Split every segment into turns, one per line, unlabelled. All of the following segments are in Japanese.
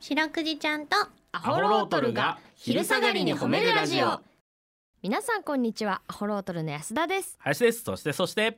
白くじちゃんと
ア
ホロートルが昼下がりに褒めるラジオ
皆さんこんにちはアホロートルの安田です
林ですそしてそして
は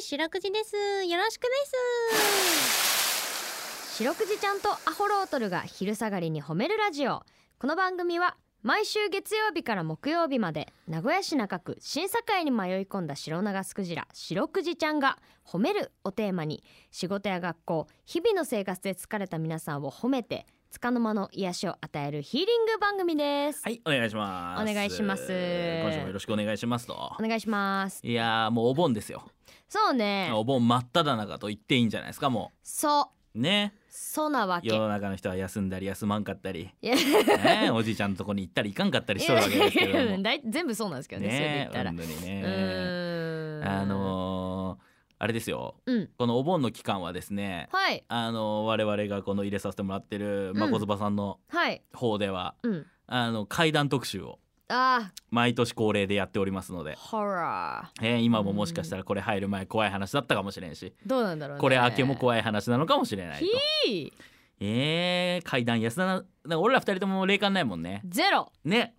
い白くじですよろしくです
白くじちゃんとアホロートルが昼下がりに褒めるラジオこの番組は毎週月曜日から木曜日まで名古屋市中区審査会に迷い込んだ白長スクジラ白くじちゃんが褒めるをテーマに仕事や学校日々の生活で疲れた皆さんを褒めて束の間の癒しを与えるヒーリング番組です、
はいお願いします
お願いします
今週もよろしくお願いしますと
お願いします
いやーもうお盆ですよ
そうね
お盆真っ只中と言っていいんじゃないですかも
そう
うね
そうなわけ
世の中の人は休んだり休まんかっ たり、
いや
ね、おじいちゃんのとこに行ったり行かんかったりしとるわけですけども
だい全部そうなんですけどねそれで言
ね
ったら
本当に
う
ね
ーん
あのー、あれですよ
うん
このお盆の期間はですね
はい
あのー我々がこの入れさせてもらってるまこずばさんの
はい
方では、
うん
あの怪談特集を
あ
毎年恒例でやっておりますの
ー
で、
ホラ
えー今ももしかしたらこれ入る前怖い話だったかもしれんし、
ーどうなんだろうね
これ明けも
い
怖い話なのかもしれないと
ひー
えー、階段安田なな俺ら二人とも霊感ないもんね
ゼロ
ね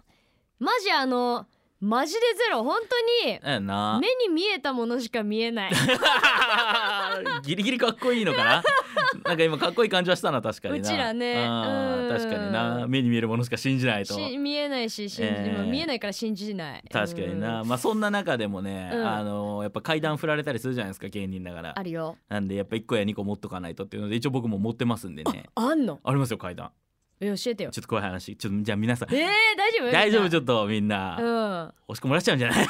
マジあのマジでゼロ本当に
えな、
目に見えたものしか見えない
ギリギリかっこいいのかななんか今かっこいい感じはしたな確かにな
うちらね
あー
うん
確かにな目に見えるものしか信じないと
し見えないし信じ、
えー
今見えないから信じない
確かにな、
うん
まあそんな中でもね、
うん
あのやっぱ階段振られたりするじゃないですか芸人だから
あるよ
なんでやっぱ1個や2個持っとかないとっていうので一応僕も持ってますんでね
あんの
ありますよ階段
え教えてよ
ちょっと怖い話ちょっとじゃあ皆さん
えー、大丈夫
大丈夫
みん
ち
な
ょっとみんな、
うん
おしっこ漏らしちゃうんじゃない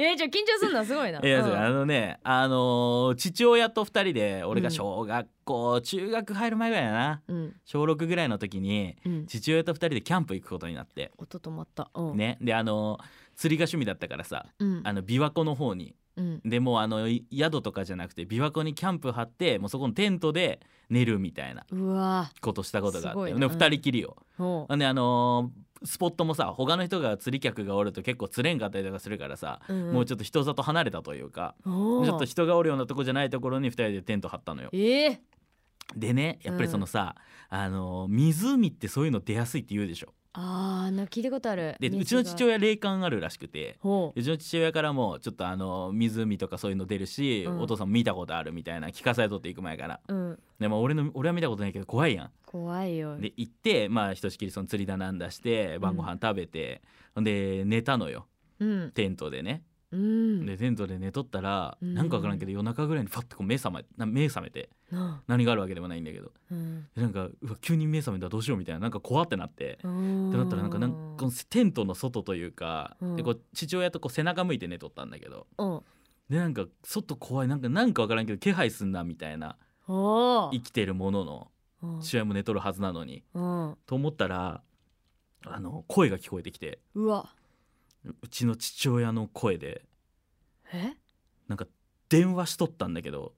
えー、じゃあ緊張すんなすごいな
いやそう
うん
あのねあのー父親と2人で俺が小学校、中学入る前ぐらいだな
うん
小6ぐらいの時に
うん
父親と2人でキャンプ行くことになって、
音止まったうん
ねであのー釣りが趣味だったからさ
うん
あの琵琶湖の方に
うん
でもうあのい宿とかじゃなくて琵琶湖にキャンプ張ってもうそこのテントで寝るみたいな
うわ
ことしたことがあって、
す
で
ごいなうん
2人きりよ、
ほ
ほんであのースポットもさ他の人が釣り客がおると結構釣れんかったりとかするからさ、
う
もう
ょ
ちょっと人里離れたというか、ちょっと
っ
人がおるようなとこじゃないところに2人でテント張ったのよ。
ええ
でねやっぱりそのさ、あのー湖ってそういうの出やすいって言うでしょ。
あーなんか聞いたことある
でうちの父
親
親霊感あるらしくて。
ほう
うちの父親からもちょっとあのー湖とかそういうの出るし、
うん
お父さんも見たことあるみたいな聞かされとっていく前から
うん
でも俺の俺は見たことないけど怖いやん
怖いよ
で行ってまあひとしきりその釣りだなんだして晩ご飯食べて、ほん、で寝たのよ
うん
テントでね、
うん
でテントで寝とったら、
うん
なんかわからんけど夜中ぐらいにファッとこう目覚めな目覚めて
な
何があるわけでもないんだけど
あうん
でなんかうわ急に目覚めたらどうしようみたいななんか怖ってなって。
うん
ってなったらなんかなんこのテントの外というか、
うん
でこう父親とこう背中向いて寝とったんだけど
うん
でなんか外怖いなんかなんかわからんけど気配すんなみたいな
おー
生きてるものの
うん
父親も寝とるはずなのに
うん
と思ったらあの声が聞こえてきて
うわ
うちの父親の声で
え
なんか電話しとったんだけど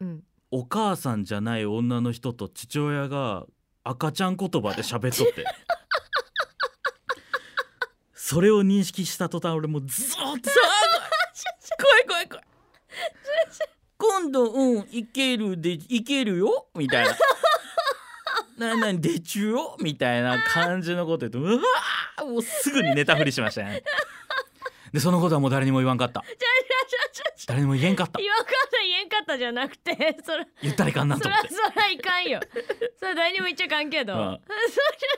うん
お母さんじゃない女の人と父親が赤ちゃん言葉で喋っとって それを認識した途端俺もうずーっと怖い怖い怖い今度うんいけるでいけるよみたい なななにでちゅよみたいな感じのこと言ってうわーもうすぐに寝たふりしました ねでそのことはもう誰にも言わんかった
じゃあじゃあじゃあじゃあ
誰にも言えんかった
言わんかった言えんかったじゃなくてそら
言ったらいかんな
そ
と
ら
思って
そらいかんよそれ誰にも言っちゃいかんけど
う
そ
ん
りゃ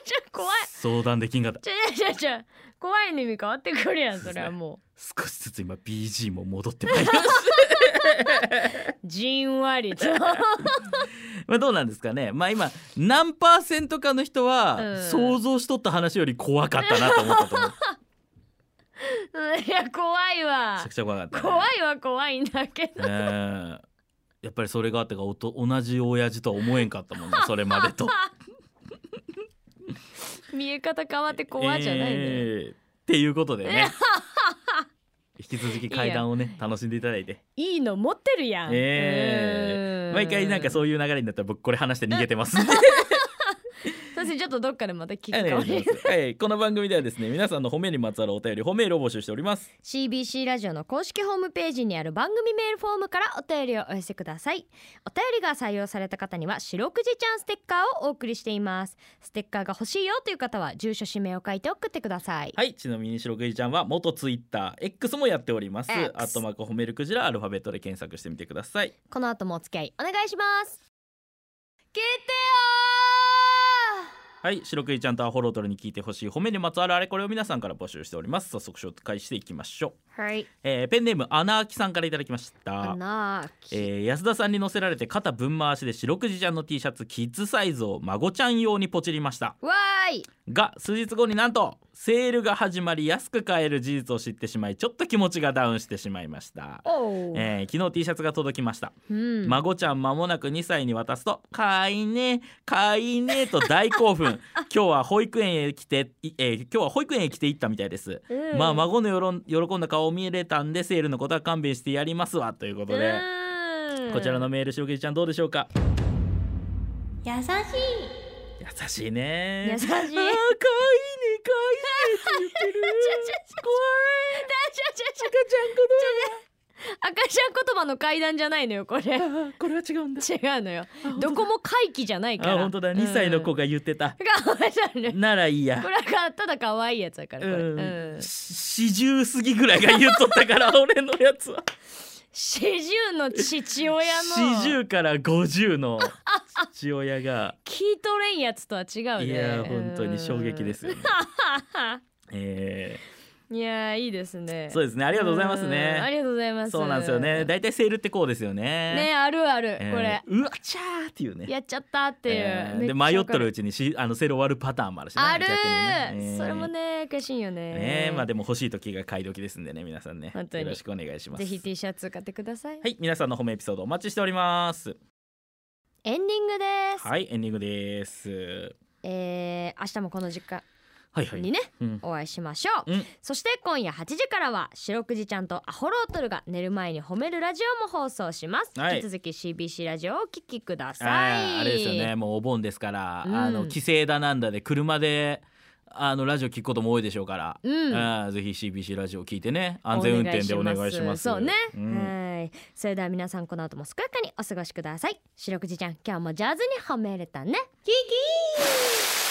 じゃあ怖い
相談できんかった
ちゃちゃちゃ怖いの意味変わってくるやんそれはも
少しずつ今 BG も戻ってまいりました
う じんわりと
まあどうなんですかねまあ今何パーセントかの人
うん
は想像しとった話より怖かったなと思ったと思うめ
いや怖いわ
ちゃくちゃ怖かった、ね、
怖いは怖いんだけど
うんやっぱりそれがあったからおと同じ親父とは思えんかったもん なそれまでと
見え方変わって怖いじゃないの
え
よ
ーっていうことでね引き続き階段をね楽しんでいただいて
いいの持ってるやん
えー
うん
毎回なんかそういう流れになったら僕これ話して逃げてますんで
ませんちょっとどっかでまた聞くか
お願
も
いしますはい、この番組ではですね皆さんの褒めにまつわるお便り褒めールを募集しております
CBC ラジオの公式ホームページにある番組メールフォームからお便りをお寄せくださいお便りが採用された方には「白くじちゃんステッカー」をお送りしていますステッカーが欲しいよという方は住所氏名を書いて送ってください、
はいちなみに白くじちゃんは元ツイッター X もやっております
X
アットマーク褒めるクジラアルファベットで検索してみてください
この後もお付き合いお願いします聞いてよ
はい白くじちゃんとアホロートルに聞いてほしい褒めにまつわるあれこれを皆さんから募集しております早速紹介していきましょう、
ーはい
えーペンネームアナーキさんからいただきました
あな
えー安田さんに乗せられて肩ぶん回しで白くじちゃんの T シャツキッズサイズを孫ちゃん用にポチりました
わーい
が数日後になんとセールが始まり安く買える事実を知ってしまいちょっと気持ちがダウンしてしまいました、
おう、
えー昨日 T シャツが届きました、
うん
孫ちゃん間もなく2歳に渡すと「かわいいねかわいいね」と大 興奮今日は保育園へ来て、いえー今日は保育園へ来ていったみたいです、
うん
まあ孫のよろん喜んだ顔を見れたんでセールのことは勘弁してやりますわということで、
うん
こちらのメールしろけじちゃんどうでしょうか
優しい
優しいね
優しい
あー可愛いね可愛いねって言ってる 怖い
ちゃちゃちゃちゃちゃちゃ赤ちゃん言葉の階段じゃないの よこれ違う
あーこれは違うんだ
のよどこも怪奇じゃないか
あ
ら
本当だ2歳の子
が
が言ってた、
可愛いじゃんね
ならいいや
これはただ可愛いやつだからこれ、
う
うん
ん、四十過ぎぐらいが言っとっ たから俺のやつは
四十の父親の
四十から五十 の父親が
聞いとれんやつとは違うね
いやー本当に衝撃ですよねえ
うんい やーいいですね
ー、そうですねあ
あ
りがとうございます
あ
ね
りがとうございます
そうなんですよね大体セールってこうですよね
ねあるある、
えー
これ
うわちゃーっていうね
やっちゃったっていう、
えー
め
で
ちゃわか
迷っとるうちにしあのセール終わるパターンもあるしね
ある
逆にねえー
それもねおかしいよね
ねまあでも欲しい時が買い時ですんでね皆さんね
本当に
よろしくお願いします
ぜひ T シャツ買ってください、
はい皆さんの褒めエピソードお待ちしております
エンディングです、
はいエンディングです
えー明日もこの時間
はいは
に
い
ね、
うん
お会いしましょう、
うん
そして今夜8時からは白くじちゃんとアホロートルが寝る前に褒めるラジオも放送します、
はい
引き続き CBC ラジオをお聞きください
あーあれですよねもうお盆ですから、
うん
あの帰省だなんだで車であのラジオ聞くことも多いでしょうから、
うん
あーぜひ CBC ラジオ聞いてね安全運転でお願いします
そうね、
ん
はいそれでは皆さんこの後も健やかにお過ごしください白くじちゃん今日もジャズに褒めれたねキーキー